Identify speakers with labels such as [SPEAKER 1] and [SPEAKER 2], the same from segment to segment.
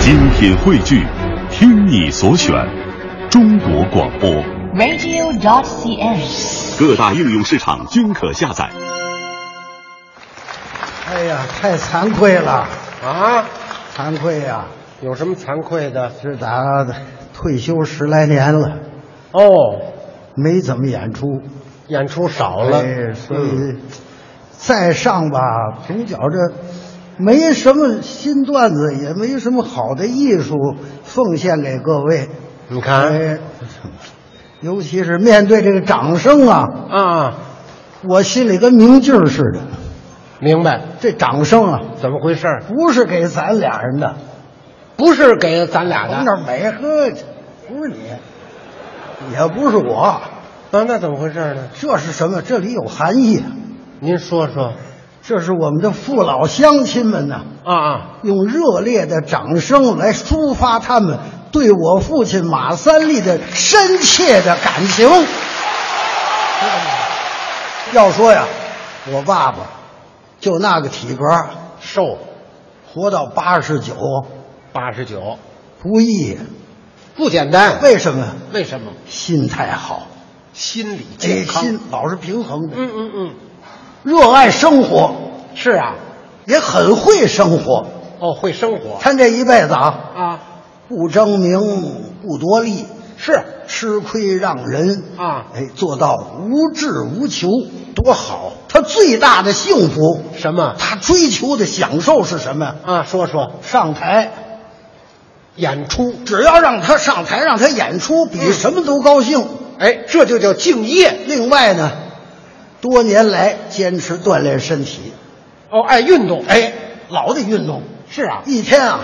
[SPEAKER 1] 精品汇聚，听你所选，中国广播。
[SPEAKER 2] radio.cn。
[SPEAKER 1] 各大应用市场均可下载。
[SPEAKER 3] 哎呀，太惭愧了，
[SPEAKER 4] 啊，
[SPEAKER 3] 惭愧呀、
[SPEAKER 4] 有什么惭愧的？
[SPEAKER 3] 是打退休十来年了，
[SPEAKER 4] 哦，
[SPEAKER 3] 没怎么演出，
[SPEAKER 4] 演出少了，
[SPEAKER 3] 哎所以、
[SPEAKER 4] 嗯
[SPEAKER 3] 再上吧，总觉着没什么新段子，也没什么好的艺术奉献给各位。
[SPEAKER 4] 你看、
[SPEAKER 3] 哎，尤其是面对这个掌声啊，
[SPEAKER 4] 啊，
[SPEAKER 3] 我心里跟明镜儿似的。
[SPEAKER 4] 明白
[SPEAKER 3] 这掌声啊，
[SPEAKER 4] 怎么回事儿？
[SPEAKER 3] 不是给咱俩人的，
[SPEAKER 4] 不是给咱俩
[SPEAKER 3] 我们
[SPEAKER 4] 的，
[SPEAKER 3] 哦那没喝，不是你，也不是我，
[SPEAKER 4] 啊，那怎么回事儿呢？
[SPEAKER 3] 这是什么？这里有含义，啊
[SPEAKER 4] 您说说
[SPEAKER 3] 这是我们的父老乡亲们呐、
[SPEAKER 4] 啊，
[SPEAKER 3] 用热烈的掌声来抒发他们对我父亲马三立的深切的感情。要说呀，我爸爸就那个体格，
[SPEAKER 4] 瘦
[SPEAKER 3] 活到八十九
[SPEAKER 4] 八十九，
[SPEAKER 3] 不易，啊
[SPEAKER 4] 不简单。
[SPEAKER 3] 为什么？
[SPEAKER 4] 为什么？
[SPEAKER 3] 心态好，
[SPEAKER 4] 心理
[SPEAKER 3] 这
[SPEAKER 4] 健康。
[SPEAKER 3] 心老是平衡的。
[SPEAKER 4] 嗯嗯
[SPEAKER 3] 热爱生活，
[SPEAKER 4] 嗯，是啊，
[SPEAKER 3] 也很会生活。
[SPEAKER 4] 哦，会生活
[SPEAKER 3] 他这一辈子啊，
[SPEAKER 4] 啊，
[SPEAKER 3] 不争名，不夺利，
[SPEAKER 4] 是
[SPEAKER 3] 吃亏让人
[SPEAKER 4] 啊
[SPEAKER 3] 哎，做到无志无求，多好！他最大的幸福，
[SPEAKER 4] 什么
[SPEAKER 3] 他追求的享受是什么？
[SPEAKER 4] 啊？说说
[SPEAKER 3] 上台，
[SPEAKER 4] 演出，
[SPEAKER 3] 只要让他上台，让他演出，比什么都高兴。
[SPEAKER 4] 嗯哎，这就叫敬业
[SPEAKER 3] 另外呢，多年来坚持锻炼身体，
[SPEAKER 4] 哦，爱运动。
[SPEAKER 3] 哎，老得运动，
[SPEAKER 4] 是啊，
[SPEAKER 3] 一天啊，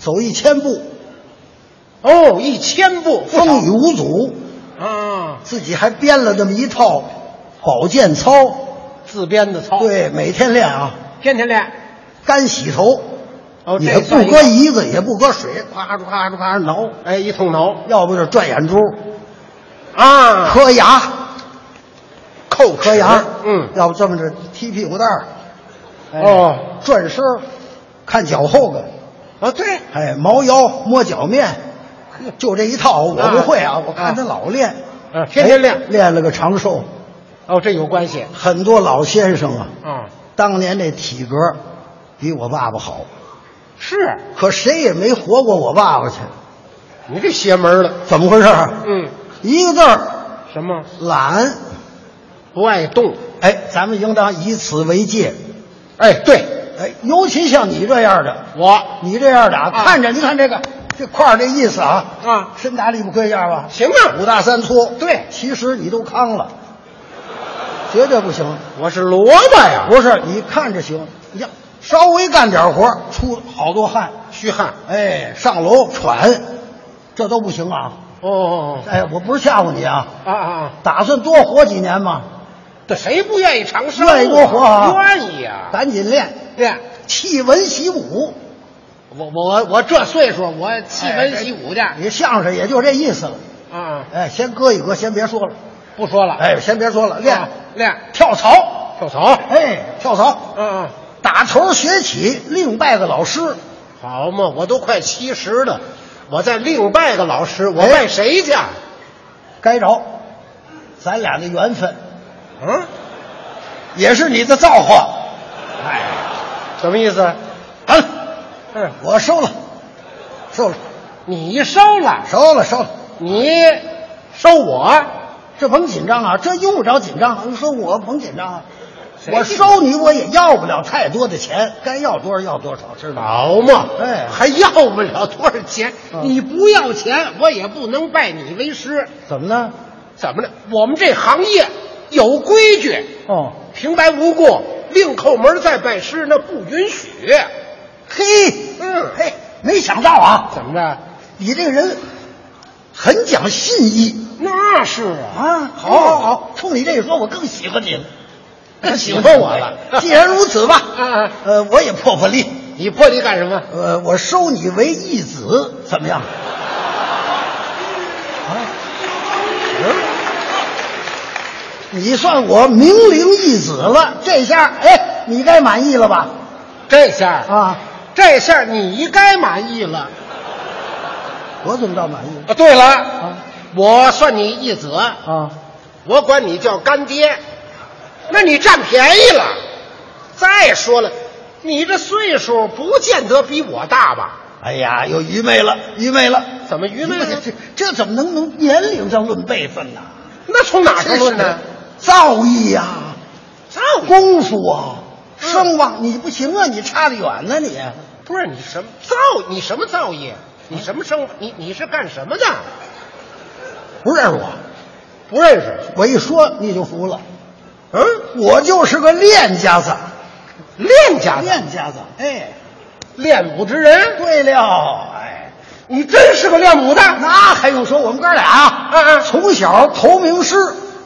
[SPEAKER 3] 走一千步，
[SPEAKER 4] 哦，一千步，不
[SPEAKER 3] 风雨
[SPEAKER 4] 少
[SPEAKER 3] 无阻。
[SPEAKER 4] 啊，
[SPEAKER 3] 自己还编了这么一套保健操，
[SPEAKER 4] 自编的操，，
[SPEAKER 3] 对，每天练啊，
[SPEAKER 4] 天天练。
[SPEAKER 3] 干洗头，
[SPEAKER 4] 哦，
[SPEAKER 3] 也
[SPEAKER 4] 这
[SPEAKER 3] 不搁胰子，也不搁水，夸哧夸哧夸哧挠，
[SPEAKER 4] 哎，一通挠
[SPEAKER 3] 要不就是转眼珠、
[SPEAKER 4] 啊，
[SPEAKER 3] 磕牙、
[SPEAKER 4] 扣
[SPEAKER 3] 磕牙，
[SPEAKER 4] 嗯，
[SPEAKER 3] 要不这么着踢屁股蛋儿，哎
[SPEAKER 4] 哦，
[SPEAKER 3] 转身儿看脚后跟，
[SPEAKER 4] 啊，对，
[SPEAKER 3] 哎，猫腰摸脚面，就这一套我不会啊，
[SPEAKER 4] 啊
[SPEAKER 3] 我看他老练，
[SPEAKER 4] 啊天天练
[SPEAKER 3] 哎练了个长寿，
[SPEAKER 4] 哦，这有关系
[SPEAKER 3] 很多老先生啊，
[SPEAKER 4] 啊，
[SPEAKER 3] 当年这体格比我爸爸好，
[SPEAKER 4] 是
[SPEAKER 3] 可谁也没活过我爸爸去。
[SPEAKER 4] 你这邪门了，
[SPEAKER 3] 怎么回事儿？
[SPEAKER 4] 嗯，
[SPEAKER 3] 一个字儿
[SPEAKER 4] 什么
[SPEAKER 3] 懒。
[SPEAKER 4] 不爱动？
[SPEAKER 3] 哎，咱们应当以此为戒。
[SPEAKER 4] 哎，对
[SPEAKER 3] 哎，尤其像你这样的，
[SPEAKER 4] 我
[SPEAKER 3] 你这样的啊，
[SPEAKER 4] 啊
[SPEAKER 3] 看着你看这个这块儿这意思啊，
[SPEAKER 4] 啊
[SPEAKER 3] 身打礼不亏欠吧？
[SPEAKER 4] 行啊，
[SPEAKER 3] 五大三粗，
[SPEAKER 4] 对
[SPEAKER 3] 其实你都康了，绝对不行。
[SPEAKER 4] 我是萝卜呀，
[SPEAKER 3] 不是，你看着行，你看稍微干点活儿出好多汗，
[SPEAKER 4] 虚汗。
[SPEAKER 3] 哎，上楼喘，这都不行啊！
[SPEAKER 4] 哦，
[SPEAKER 3] 哎，我不是吓唬你啊，
[SPEAKER 4] 啊啊，
[SPEAKER 3] 打算多活几年嘛，
[SPEAKER 4] 这谁不愿意长生啊？
[SPEAKER 3] 愿意多活啊？
[SPEAKER 4] 愿意呀。
[SPEAKER 3] 赶紧练，
[SPEAKER 4] 练，
[SPEAKER 3] 弃文习武，
[SPEAKER 4] 我我我这岁数，我弃文习武去
[SPEAKER 3] 哎你相声也就这意思了。
[SPEAKER 4] 啊！
[SPEAKER 3] 哎，先搁一搁，先别说了。
[SPEAKER 4] 不说了，
[SPEAKER 3] 哎，先别说了，练、
[SPEAKER 4] 啊练
[SPEAKER 3] 跳槽，
[SPEAKER 4] 跳槽。
[SPEAKER 3] 哎，跳槽，
[SPEAKER 4] 嗯嗯，
[SPEAKER 3] 打头学起，另拜个老师。
[SPEAKER 4] 好嘛，我都快七十了，我再另拜个老师，我
[SPEAKER 3] 哎
[SPEAKER 4] 拜谁去？啊
[SPEAKER 3] 该着，咱俩的缘分，
[SPEAKER 4] 嗯，
[SPEAKER 3] 也是你的造化。哎，
[SPEAKER 4] 什么意思？
[SPEAKER 3] 好了，
[SPEAKER 4] 嗯，
[SPEAKER 3] 我收了，收了，
[SPEAKER 4] 你收了，
[SPEAKER 3] 收了，收了。
[SPEAKER 4] 你收我，
[SPEAKER 3] 这甭紧张啊，这用不着紧张。你说我甭紧张啊，
[SPEAKER 4] 谁
[SPEAKER 3] 我
[SPEAKER 4] 紧
[SPEAKER 3] 收你我也要不了太多的钱，该要多少要多少，知道吗？
[SPEAKER 4] 好嘛，
[SPEAKER 3] 哎
[SPEAKER 4] 还要不了多少钱。
[SPEAKER 3] 啊
[SPEAKER 4] 你不要钱，我也不能拜你为师。
[SPEAKER 3] 怎么呢？
[SPEAKER 4] 怎么了？我们这行业有规矩，
[SPEAKER 3] 哦，
[SPEAKER 4] 平白无故另叩门再拜师，那不允许。
[SPEAKER 3] 嘿，
[SPEAKER 4] 嗯
[SPEAKER 3] 嘿，没想到啊，
[SPEAKER 4] 怎么着？
[SPEAKER 3] 你这个人很讲信义
[SPEAKER 4] 那是啊，
[SPEAKER 3] 啊。好，好，好，冲你这一说，我更喜欢你了，更喜欢我了。
[SPEAKER 4] 哎
[SPEAKER 3] 既然如此吧，
[SPEAKER 4] 嗯嗯
[SPEAKER 3] 呃，我也破破例，
[SPEAKER 4] 你破例干什么？
[SPEAKER 3] 呃，我收你为义子，怎么样？啊，你算我名伶义子了，这下哎，你该满意了吧？
[SPEAKER 4] 这下
[SPEAKER 3] 啊，
[SPEAKER 4] 这下你应该满意了。
[SPEAKER 3] 我怎么倒满意
[SPEAKER 4] 啊，对了，我算你一子，
[SPEAKER 3] 啊？
[SPEAKER 4] 我管你叫干爹，那你占便宜了。再说了，你这岁数不见得比我大吧？
[SPEAKER 3] 哎呀，又愚昧了，愚昧了！
[SPEAKER 4] 怎么愚昧了
[SPEAKER 3] 这这这怎么能能年龄上论辈分呢？
[SPEAKER 4] 那从哪儿上论呢？
[SPEAKER 3] 造诣呀、
[SPEAKER 4] 造诣
[SPEAKER 3] 功夫啊，
[SPEAKER 4] 嗯
[SPEAKER 3] 声望，你不行啊，你差得远呢、你。
[SPEAKER 4] 不是你什么造？你什么造诣？你什么生？你你是干什么的？
[SPEAKER 3] 不认识我，
[SPEAKER 4] 不认识。
[SPEAKER 3] 我一说你就服了，
[SPEAKER 4] 嗯，
[SPEAKER 3] 我就是个练家子，
[SPEAKER 4] 练家子，
[SPEAKER 3] 练家子。哎，
[SPEAKER 4] 练武之人。
[SPEAKER 3] 对了，哎，
[SPEAKER 4] 你真是个练武的。
[SPEAKER 3] 那还用说，我们哥俩啊，
[SPEAKER 4] 嗯嗯
[SPEAKER 3] 从小投名师，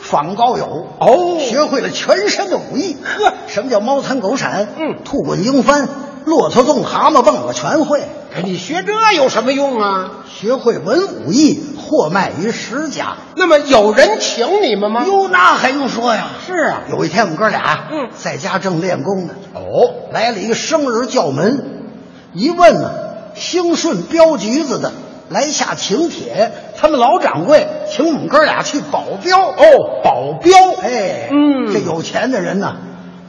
[SPEAKER 3] 访高友，
[SPEAKER 4] 哦
[SPEAKER 3] 学会了全身的武艺。呵，什么叫猫参狗闪？
[SPEAKER 4] 嗯
[SPEAKER 3] 兔滚鹰翻，骆驼纵，蛤蟆蹦，我全会。
[SPEAKER 4] 哎你学这有什么用啊？
[SPEAKER 3] 学会文武艺，货卖于十家。
[SPEAKER 4] 那么有人请你们吗？
[SPEAKER 3] 哟，那还用说呀？
[SPEAKER 4] 是啊
[SPEAKER 3] 有一天我们哥俩，
[SPEAKER 4] 嗯
[SPEAKER 3] 在家正练功呢，
[SPEAKER 4] 哦，
[SPEAKER 3] 来了一个生人叫门，一问呢，兴顺镖局子的来下请帖，他们老掌柜请我们哥俩去保镖
[SPEAKER 4] 哦
[SPEAKER 3] 保镖，哎，
[SPEAKER 4] 嗯
[SPEAKER 3] 这有钱的人呢，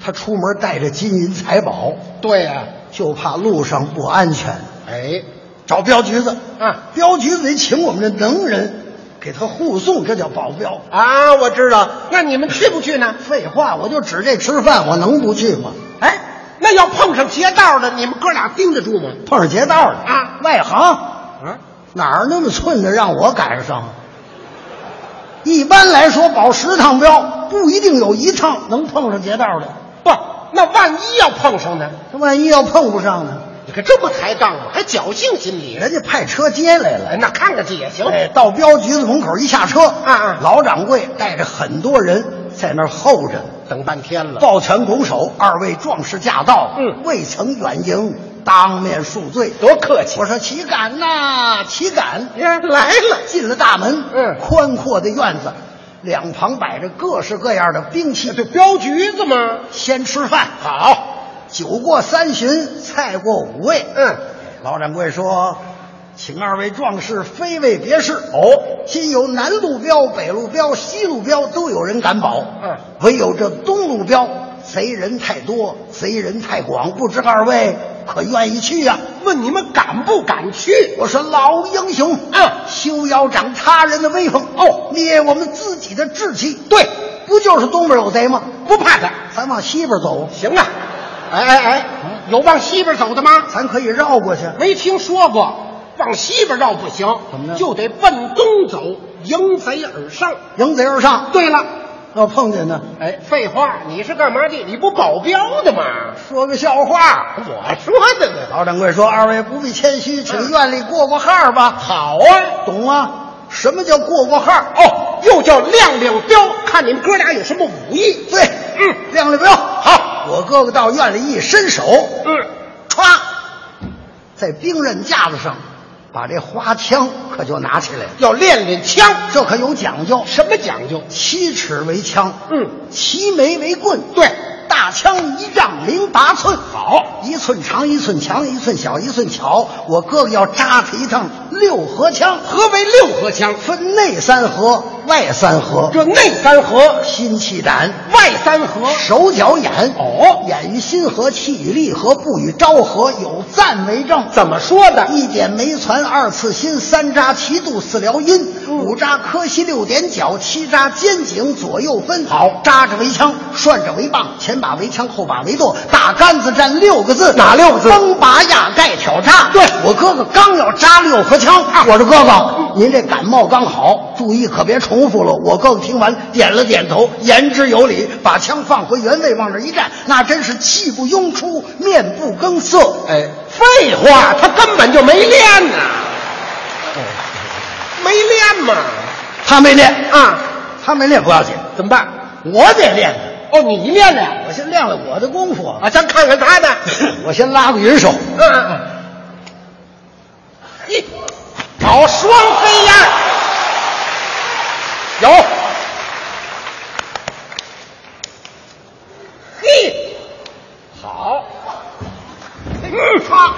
[SPEAKER 3] 他出门带着金银财宝，
[SPEAKER 4] 对呀、
[SPEAKER 3] 就怕路上不安全，
[SPEAKER 4] 哎，
[SPEAKER 3] 找镖局子
[SPEAKER 4] 啊，
[SPEAKER 3] 镖局子得请我们这能人给他护送，这叫保镖。
[SPEAKER 4] 啊，我知道。那你们去不去呢？
[SPEAKER 3] 废话，我就指这吃饭，我能不去吗？
[SPEAKER 4] 哎，那要碰上劫道的，你们哥俩盯得住吗？
[SPEAKER 3] 碰上劫道了
[SPEAKER 4] 啊
[SPEAKER 3] 外行
[SPEAKER 4] 啊，
[SPEAKER 3] 哪儿那么寸的让我赶上？一般来说，保十趟镖不一定有一趟能碰上劫道的。
[SPEAKER 4] 不，那万一要碰上呢？
[SPEAKER 3] 这万一要碰不上呢？
[SPEAKER 4] 你可这不抬杠吗？还侥幸心理？
[SPEAKER 3] 人家派车接来
[SPEAKER 4] 哎，
[SPEAKER 3] 了。
[SPEAKER 4] 那看看去也行。
[SPEAKER 3] 哎，到镖局子门口一下车，啊
[SPEAKER 4] 啊
[SPEAKER 3] 老掌柜带着很多人在那儿候着。
[SPEAKER 4] 等半天了。
[SPEAKER 3] 抱拳拱手，二位壮士驾到，
[SPEAKER 4] 嗯
[SPEAKER 3] 未曾远迎，当面恕罪。
[SPEAKER 4] 多客气
[SPEAKER 3] 我说岂敢呐，岂敢！
[SPEAKER 4] 呀 来了
[SPEAKER 3] 进了大门，
[SPEAKER 4] 嗯
[SPEAKER 3] 宽阔的院子，两旁摆着各式各样的兵器。对，
[SPEAKER 4] 镖局子吗？
[SPEAKER 3] 先吃饭，
[SPEAKER 4] 好，
[SPEAKER 3] 酒过三巡，菜过五味。
[SPEAKER 4] 嗯，
[SPEAKER 3] 老掌柜说。请二位壮士非为别事哦，今有南路镖、北路镖、西路镖都有人敢保，
[SPEAKER 4] 嗯，
[SPEAKER 3] 唯有这东路镖贼人太多，贼人太广，不知二位可愿意去呀、
[SPEAKER 4] 问你们敢不敢去？
[SPEAKER 3] 我说老英雄，
[SPEAKER 4] 嗯
[SPEAKER 3] 休要长他人的威风
[SPEAKER 4] 哦
[SPEAKER 3] 灭我们自己的志气。
[SPEAKER 4] 对，
[SPEAKER 3] 不就是东边有贼吗？
[SPEAKER 4] 不怕他。
[SPEAKER 3] 咱往西边走，
[SPEAKER 4] 行啊，哎哎哎，有往西边走的吗？
[SPEAKER 3] 咱可以绕过去。
[SPEAKER 4] 没听说过，往西边绕不行，
[SPEAKER 3] 怎么呢
[SPEAKER 4] 就得奔东走，迎贼而上。
[SPEAKER 3] 迎贼而上，
[SPEAKER 4] 对了，
[SPEAKER 3] 要碰见呢，
[SPEAKER 4] 哎，废话，你是干嘛的？你不保镖的吗？
[SPEAKER 3] 说个笑话。
[SPEAKER 4] 我说的呢。
[SPEAKER 3] 老掌柜说：“二位不必谦虚，请院里过过号吧。
[SPEAKER 4] 好啊，
[SPEAKER 3] 懂吗？什么叫过过号？
[SPEAKER 4] 哦，又叫亮亮镖，看你们哥俩有什么武艺。
[SPEAKER 3] 对，
[SPEAKER 4] 嗯
[SPEAKER 3] 亮了标。好，我哥哥到院里一伸手，
[SPEAKER 4] 嗯，
[SPEAKER 3] 歘，在兵刃架子上把这花枪可就拿起来了。
[SPEAKER 4] 要练练枪，
[SPEAKER 3] 这可有讲究，
[SPEAKER 4] 什么讲究？
[SPEAKER 3] 七尺为枪，
[SPEAKER 4] 嗯，
[SPEAKER 3] 齐眉为棍，
[SPEAKER 4] 对，
[SPEAKER 3] 大枪一丈零八寸，好，一寸长一寸强，一寸小一寸巧。我哥哥要扎他一趟六合枪，
[SPEAKER 4] 何为六合枪？
[SPEAKER 3] 分内三合，外三合，
[SPEAKER 4] 这内三合，
[SPEAKER 3] 心气胆。
[SPEAKER 4] 外三合。
[SPEAKER 3] 手脚眼
[SPEAKER 4] 哦
[SPEAKER 3] 眼与心合，气与力合，不与招合，有赞为证。
[SPEAKER 4] 怎么说的？
[SPEAKER 3] 一点梅攒，二刺心，三扎七度，四撩阴，五扎磕膝，六点脚，七扎肩颈，左右分。好，扎着为枪，涮着为棒，前把为枪，后把为舵。大杆子占六个字，哪六个字？蹬拔压盖挑扎。对我哥哥刚要扎六合枪，我说哥哥，您这感冒刚好，注意可别重复了。我哥哥听完点了点头，言之有理，把枪放回原位，往这一站，那真是气不拥出，面不更色。
[SPEAKER 4] 哎，废话，他根本就没练呐、没练嘛，
[SPEAKER 3] 他没练
[SPEAKER 4] 啊，
[SPEAKER 3] 他没练不要紧，
[SPEAKER 4] 怎么办？
[SPEAKER 3] 我得练。
[SPEAKER 4] 哦，你练练
[SPEAKER 3] 我先练了我的功夫啊，
[SPEAKER 4] 啊，咱看看他的。
[SPEAKER 3] 我先拉个云手，
[SPEAKER 4] 嗯，一，好，双飞燕，有，嘿，好，嗯，好。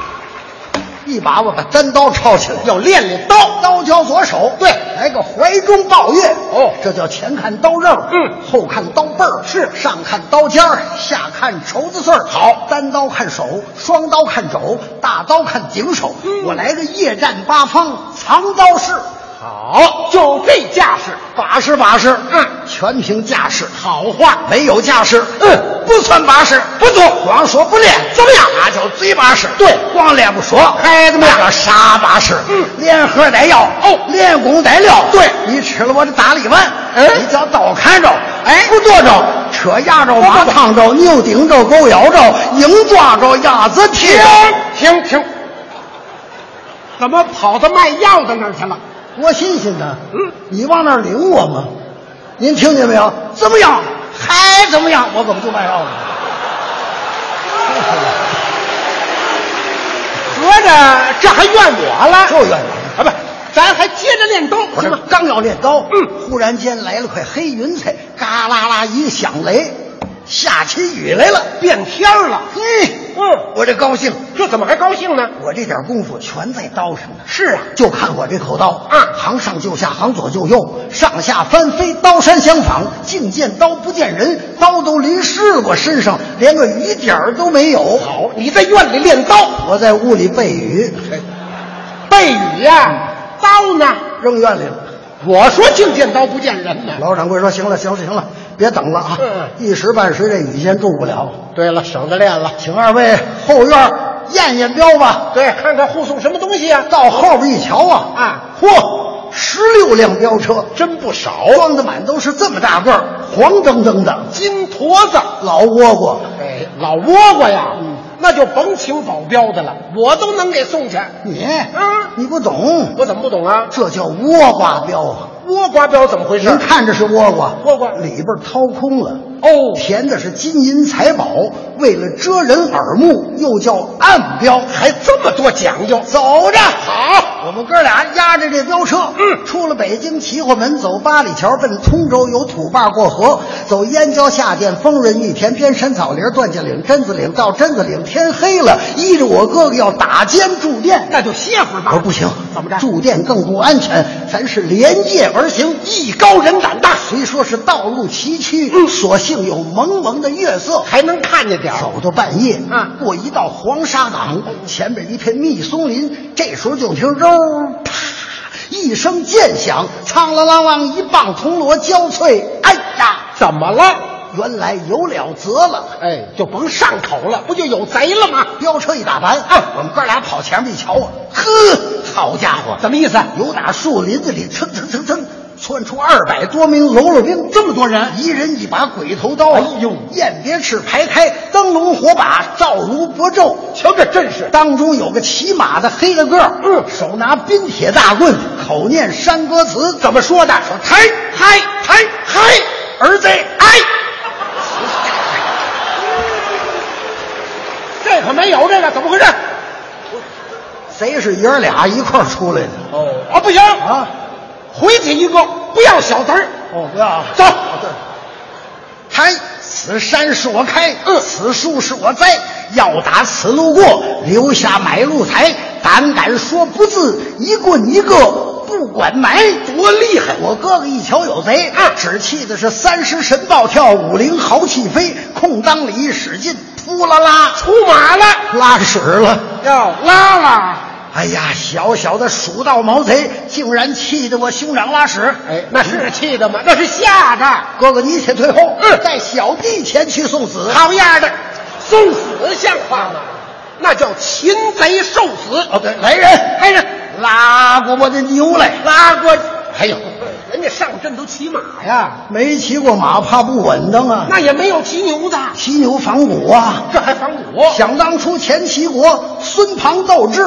[SPEAKER 3] 一把我把单刀抄起来，
[SPEAKER 4] 要练练刀。
[SPEAKER 3] 刀刀交左手，
[SPEAKER 4] 对
[SPEAKER 3] 来个怀中抱月。
[SPEAKER 4] 哦
[SPEAKER 3] 这叫前看刀刃儿，
[SPEAKER 4] 嗯
[SPEAKER 3] 后看刀背儿，是上看刀尖儿，下看绸子穗儿。
[SPEAKER 4] 好
[SPEAKER 3] 单刀看手，双刀看肘，大刀看顶手。
[SPEAKER 4] 嗯
[SPEAKER 3] 我来个夜战八方藏刀式，
[SPEAKER 4] 好，就这架势，
[SPEAKER 3] 把式把式，
[SPEAKER 4] 嗯
[SPEAKER 3] 全凭架势。
[SPEAKER 4] 好话
[SPEAKER 3] 没有架势，
[SPEAKER 4] 嗯
[SPEAKER 3] 不算把式，
[SPEAKER 4] 不错
[SPEAKER 3] 光说不练，
[SPEAKER 4] 怎么样
[SPEAKER 3] 那叫嘴把式。
[SPEAKER 4] 对
[SPEAKER 3] 光练不说，
[SPEAKER 4] 还怎么样
[SPEAKER 3] 那叫沙把式。
[SPEAKER 4] 嗯
[SPEAKER 3] 练盒得要，
[SPEAKER 4] 哦
[SPEAKER 3] 练功得撂。
[SPEAKER 4] 对
[SPEAKER 3] 你吃了我这大力丸，
[SPEAKER 4] 嗯
[SPEAKER 3] 你叫刀砍着，
[SPEAKER 4] 哎
[SPEAKER 3] 不剁着，扯牙着，嗯
[SPEAKER 4] 不
[SPEAKER 3] 马烫着，牛顶着，狗腰着，鹰抓着，鸭子踢着。
[SPEAKER 4] 停停，怎么跑到卖药的那儿去了？
[SPEAKER 3] 多新鲜呢！
[SPEAKER 4] 嗯，
[SPEAKER 3] 你往那儿领我吗？您听见没有？怎么样？还怎么样？我怎么就卖药了？
[SPEAKER 4] 合着这还怨我了？
[SPEAKER 3] 就怨我
[SPEAKER 4] 啊，不，咱还接着练刀，
[SPEAKER 3] 我
[SPEAKER 4] 是
[SPEAKER 3] 这
[SPEAKER 4] 吧？
[SPEAKER 3] 刚要练刀，
[SPEAKER 4] 嗯，
[SPEAKER 3] 忽然间来了块黑云彩，嘎啦啦一个响雷，下起雨来了，
[SPEAKER 4] 变天儿了。
[SPEAKER 3] 嘿，
[SPEAKER 4] 嗯，
[SPEAKER 3] 我这高兴，
[SPEAKER 4] 这怎么还高兴呢？
[SPEAKER 3] 我这点功夫全在刀上呢。
[SPEAKER 4] 是啊，
[SPEAKER 3] 就看我这口刀，
[SPEAKER 4] 嗯
[SPEAKER 3] 行上就下，行左就右，上下翻飞，刀山相仿，净见刀不见人，刀都淋湿了我身上，连个雨点儿都没有。
[SPEAKER 4] 好，你在院里练刀，
[SPEAKER 3] 我在屋里背雨，
[SPEAKER 4] 背雨呀、刀呢？
[SPEAKER 3] 扔院里了。
[SPEAKER 4] 我说净见刀不见人呢。
[SPEAKER 3] 老掌柜说：“行了，行了，行了，别等了啊，
[SPEAKER 4] 嗯
[SPEAKER 3] 一时半时这雨先住不了。”
[SPEAKER 4] 对了，省得练了。
[SPEAKER 3] 请二位后院儿验验标吧。
[SPEAKER 4] 对，看看护送什么东西啊？
[SPEAKER 3] 到后边一瞧啊，
[SPEAKER 4] 啊，
[SPEAKER 3] 嚯，十六辆标车，
[SPEAKER 4] 真不少，
[SPEAKER 3] 装的满都是这么大个儿，黄澄澄的
[SPEAKER 4] 金坨子。
[SPEAKER 3] 老倭瓜。
[SPEAKER 4] 哎，嗯老倭瓜呀，那就甭请保镖的了，我都能给送去。
[SPEAKER 3] 你，
[SPEAKER 4] 嗯
[SPEAKER 3] 你不懂，
[SPEAKER 4] 我怎么不懂啊？
[SPEAKER 3] 这叫倭瓜标啊。
[SPEAKER 4] 倭瓜镖怎么回事
[SPEAKER 3] 您？看着是倭瓜，
[SPEAKER 4] 倭瓜
[SPEAKER 3] 里边掏空了，
[SPEAKER 4] 哦
[SPEAKER 3] 填的是金银财宝，为了遮人耳目，又叫暗标，还这么多讲究。走着，
[SPEAKER 4] 好，
[SPEAKER 3] 我们哥俩押着这飙车，
[SPEAKER 4] 嗯
[SPEAKER 3] 出了北京齐化门，走八里桥，奔通州，由土坝过河，走燕郊下涧，丰润玉田边山草林，段家岭、榛子岭，到榛子岭天黑了，依着我哥哥要打尖住店。
[SPEAKER 4] 那就歇会
[SPEAKER 3] 我
[SPEAKER 4] 儿吧
[SPEAKER 3] 说。不行，
[SPEAKER 4] 怎么着
[SPEAKER 3] 住店更不安全，咱是连夜而行，艺高人胆大。虽说是道路崎岖，
[SPEAKER 4] 嗯
[SPEAKER 3] 所幸有蒙蒙的月色。
[SPEAKER 4] 还能看见点儿
[SPEAKER 3] 走到半夜，
[SPEAKER 4] 嗯
[SPEAKER 3] 过一道黄沙岗，前面一片密松林。这时候就听肉啪一声剑响，苍啷啷啷一棒铜锣交脆。哎呀，
[SPEAKER 4] 怎么了？
[SPEAKER 3] 原来有了辙了。
[SPEAKER 4] 哎，就甭上口了，不就有贼了吗？
[SPEAKER 3] 飙车一打完，
[SPEAKER 4] 嗯
[SPEAKER 3] 我们哥俩跑前面一瞧啊，呵，好家伙，
[SPEAKER 4] 怎么意思啊
[SPEAKER 3] 由打树林子里蹭蹭蹭蹭窜出二百多名喽啰兵，这么多人，一人一把鬼头刀，
[SPEAKER 4] 哎呦
[SPEAKER 3] 雁别翅排开，灯笼火把，照如薄昼。
[SPEAKER 4] 瞧这阵势，
[SPEAKER 3] 当中有个骑马的黑了个儿，
[SPEAKER 4] 嗯
[SPEAKER 3] 手拿冰铁大棍，口念山歌词，
[SPEAKER 4] 怎么说的？
[SPEAKER 3] 说抬抬抬抬，儿贼哎，
[SPEAKER 4] 这可没有这个，怎么回事？
[SPEAKER 3] 谁是爷儿俩一块儿出来的
[SPEAKER 4] 哦，啊，不行啊，回去一个，不要小贼儿。
[SPEAKER 3] 哦，不要啊
[SPEAKER 4] 走，
[SPEAKER 3] 嗨，此山是我开，
[SPEAKER 4] 嗯
[SPEAKER 3] 此树是我栽，要打此路过，留下买路财。胆敢说不字，一棍一个不管埋，多厉害！啊我哥哥一瞧有贼，
[SPEAKER 4] 嗯
[SPEAKER 3] 只气的是三十神暴跳，五灵豪气飞，空当里一使劲，扑啦啦，
[SPEAKER 4] 出马了，
[SPEAKER 3] 拉屎了。
[SPEAKER 4] 要拉了。
[SPEAKER 3] 哎呀，小小的蜀道毛贼，竟然气得我兄长拉屎！
[SPEAKER 4] 哎，那是气的吗？那是吓的。
[SPEAKER 3] 嗯哥哥，你且退后，
[SPEAKER 4] 嗯
[SPEAKER 3] 带小弟前去送死。
[SPEAKER 4] 好样的，送死像话吗？那叫擒贼受死。
[SPEAKER 3] 哦，对，来人，
[SPEAKER 4] 开始
[SPEAKER 3] 拉过我的牛来。哎
[SPEAKER 4] 拉过去。
[SPEAKER 3] 还有，
[SPEAKER 4] 人家上阵都骑马
[SPEAKER 3] 哎
[SPEAKER 4] 呀，
[SPEAKER 3] 没骑过马，怕不稳当啊。
[SPEAKER 4] 那也没有骑牛的，
[SPEAKER 3] 骑牛仿古啊。
[SPEAKER 4] 这还防我？
[SPEAKER 3] 想当初前齐国孙庞斗智，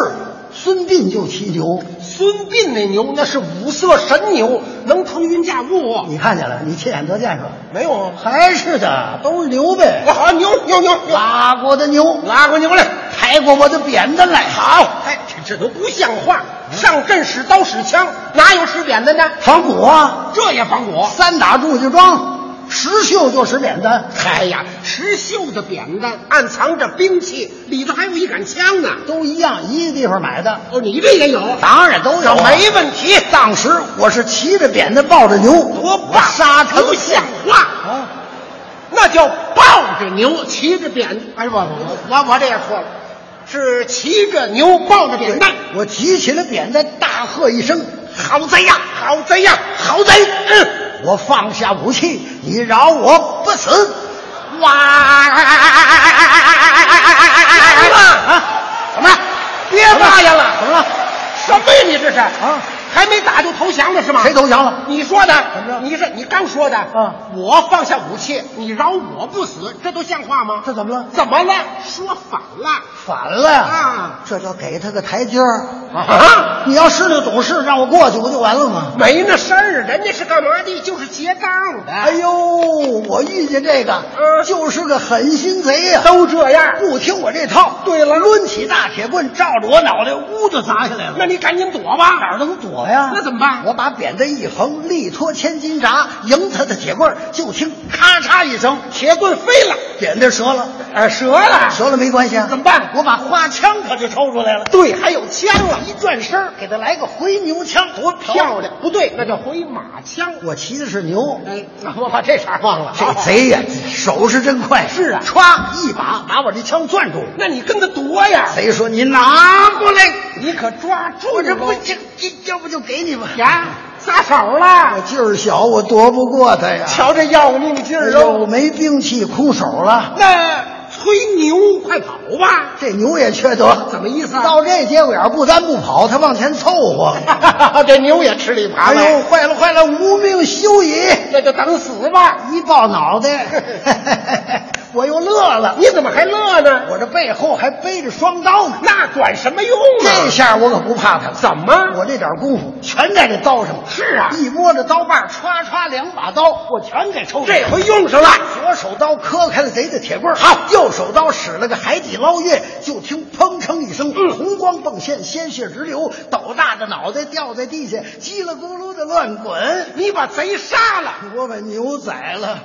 [SPEAKER 3] 孙膑就骑牛。
[SPEAKER 4] 孙膑那牛那是五色神牛，能腾云驾雾。
[SPEAKER 3] 哦你看见了？你亲眼得见是吧？
[SPEAKER 4] 没有啊？
[SPEAKER 3] 还是的，都是牛呗
[SPEAKER 4] 我。好牛牛牛牛，
[SPEAKER 3] 拉过我的牛，
[SPEAKER 4] 拉过牛来。
[SPEAKER 3] 抬过我的扁担来。嗯好，
[SPEAKER 4] 哎，这这都不像话！上阵使刀使枪，哪有使扁担的？哦
[SPEAKER 3] 仿古啊，
[SPEAKER 4] 这也防我？
[SPEAKER 3] 三打祝家庄，石秀就是扁担，
[SPEAKER 4] 哎呀，石锈的扁担暗藏着兵器，里头还有一杆枪呢。
[SPEAKER 3] 都一样，一个地方买的。
[SPEAKER 4] 哦，你这也有？
[SPEAKER 3] 当然都有、
[SPEAKER 4] 这
[SPEAKER 3] 啊，
[SPEAKER 4] 没问题，
[SPEAKER 3] 当时我是骑着扁担，抱着牛，
[SPEAKER 4] 多
[SPEAKER 3] 我
[SPEAKER 4] 棒！
[SPEAKER 3] 杀他
[SPEAKER 4] 不像话
[SPEAKER 3] 啊！
[SPEAKER 4] 那叫抱着牛，骑着扁。哎，不不不，我我这也错了，是骑着牛抱着扁担。
[SPEAKER 3] 我举起了扁担，大喝一声
[SPEAKER 4] 好贼呀！好贼呀！好贼！嗯，：“
[SPEAKER 3] 我放下武器，你饶我不死！”哇！啊！
[SPEAKER 4] 怎么了？别发言了！
[SPEAKER 3] 怎么了？
[SPEAKER 4] 什么呀？你这是啊？还没打就投降了是吗？
[SPEAKER 3] 谁投降了？
[SPEAKER 4] 你说的，
[SPEAKER 3] 怎么着
[SPEAKER 4] 你是你刚说的，
[SPEAKER 3] 啊
[SPEAKER 4] 我放下武器，你饶我不死，这都像话吗？
[SPEAKER 3] 这怎么了？
[SPEAKER 4] 怎么了？说反了
[SPEAKER 3] 反了呀！
[SPEAKER 4] 啊
[SPEAKER 3] 这叫给他个台阶儿！
[SPEAKER 4] 啊！
[SPEAKER 3] 你要是那懂事，让我过去不就完了吗？
[SPEAKER 4] 没那事儿，人家是干嘛的？就是结账的。
[SPEAKER 3] 哎呦，我遇见这个，
[SPEAKER 4] 嗯
[SPEAKER 3] 就是个狠心贼呀、
[SPEAKER 4] 都这样，
[SPEAKER 3] 不听我这套。
[SPEAKER 4] 对了
[SPEAKER 3] 抡起大铁棍，照着我脑袋，呜就砸下来了。
[SPEAKER 4] 那你赶紧躲吧。
[SPEAKER 3] 哪儿能躲呀？
[SPEAKER 4] 那怎么办
[SPEAKER 3] 我把扁担一横，力托千斤闸，迎他的铁棍儿，就听咔嚓一声，
[SPEAKER 4] 铁棍飞了，
[SPEAKER 3] 扁担折了，
[SPEAKER 4] 呃，折了。
[SPEAKER 3] 折了没关系啊。
[SPEAKER 4] 怎么办
[SPEAKER 3] 我把花枪可就抽出来了，
[SPEAKER 4] 对，还有枪了，一转身儿，
[SPEAKER 3] 给他来个回牛枪，多
[SPEAKER 4] 漂！亮。不对，那叫回马枪。
[SPEAKER 3] 我骑的是牛。
[SPEAKER 4] 哎，我把这茬忘了。
[SPEAKER 3] 这贼呀，手是真快。
[SPEAKER 4] 是啊
[SPEAKER 3] 歘一把把我这枪攥住。
[SPEAKER 4] 那你跟他夺呀？
[SPEAKER 3] 贼说：“你拿过来，
[SPEAKER 4] 你可抓住
[SPEAKER 3] 我这不
[SPEAKER 4] 了
[SPEAKER 3] 这这要不就给你吧。”
[SPEAKER 4] 呀，撒手
[SPEAKER 3] 我
[SPEAKER 4] 了。
[SPEAKER 3] 劲儿小，我躲不过他呀。
[SPEAKER 4] 瞧这要命劲
[SPEAKER 3] 哎
[SPEAKER 4] 儿
[SPEAKER 3] 呦，
[SPEAKER 4] 喽！
[SPEAKER 3] 没兵器，空手了。
[SPEAKER 4] 那吹牛，快跑啊吧！
[SPEAKER 3] 这牛也缺德，
[SPEAKER 4] 怎么意思啊
[SPEAKER 3] 到这节骨眼儿不单不跑，他往前凑 合。
[SPEAKER 4] 这牛也吃里扒
[SPEAKER 3] 哎
[SPEAKER 4] 外
[SPEAKER 3] 呦，，坏了坏了，无命休矣！
[SPEAKER 4] 这就等死吧！
[SPEAKER 3] 一抱脑袋，我又乐了。
[SPEAKER 4] 你怎么还乐呢？
[SPEAKER 3] 我这背后还背着双刀呢，
[SPEAKER 4] 那管什么用
[SPEAKER 3] 这
[SPEAKER 4] 啊？
[SPEAKER 3] 下我可不怕他了。
[SPEAKER 4] 怎么？
[SPEAKER 3] 我这点功夫全在这刀上。
[SPEAKER 4] 是啊
[SPEAKER 3] 一摸这刀把，歘歘两把刀，我全给抽出来
[SPEAKER 4] 这回用上了。
[SPEAKER 3] 左手刀磕开了贼的铁棍儿，好，右手刀使了个海底捞月，就听砰铿一声，
[SPEAKER 4] 嗯
[SPEAKER 3] 红光迸现，鲜血直流，斗大的脑袋掉在地下，叽里咕噜的乱滚。
[SPEAKER 4] 你把贼杀了，
[SPEAKER 3] 我把牛宰了，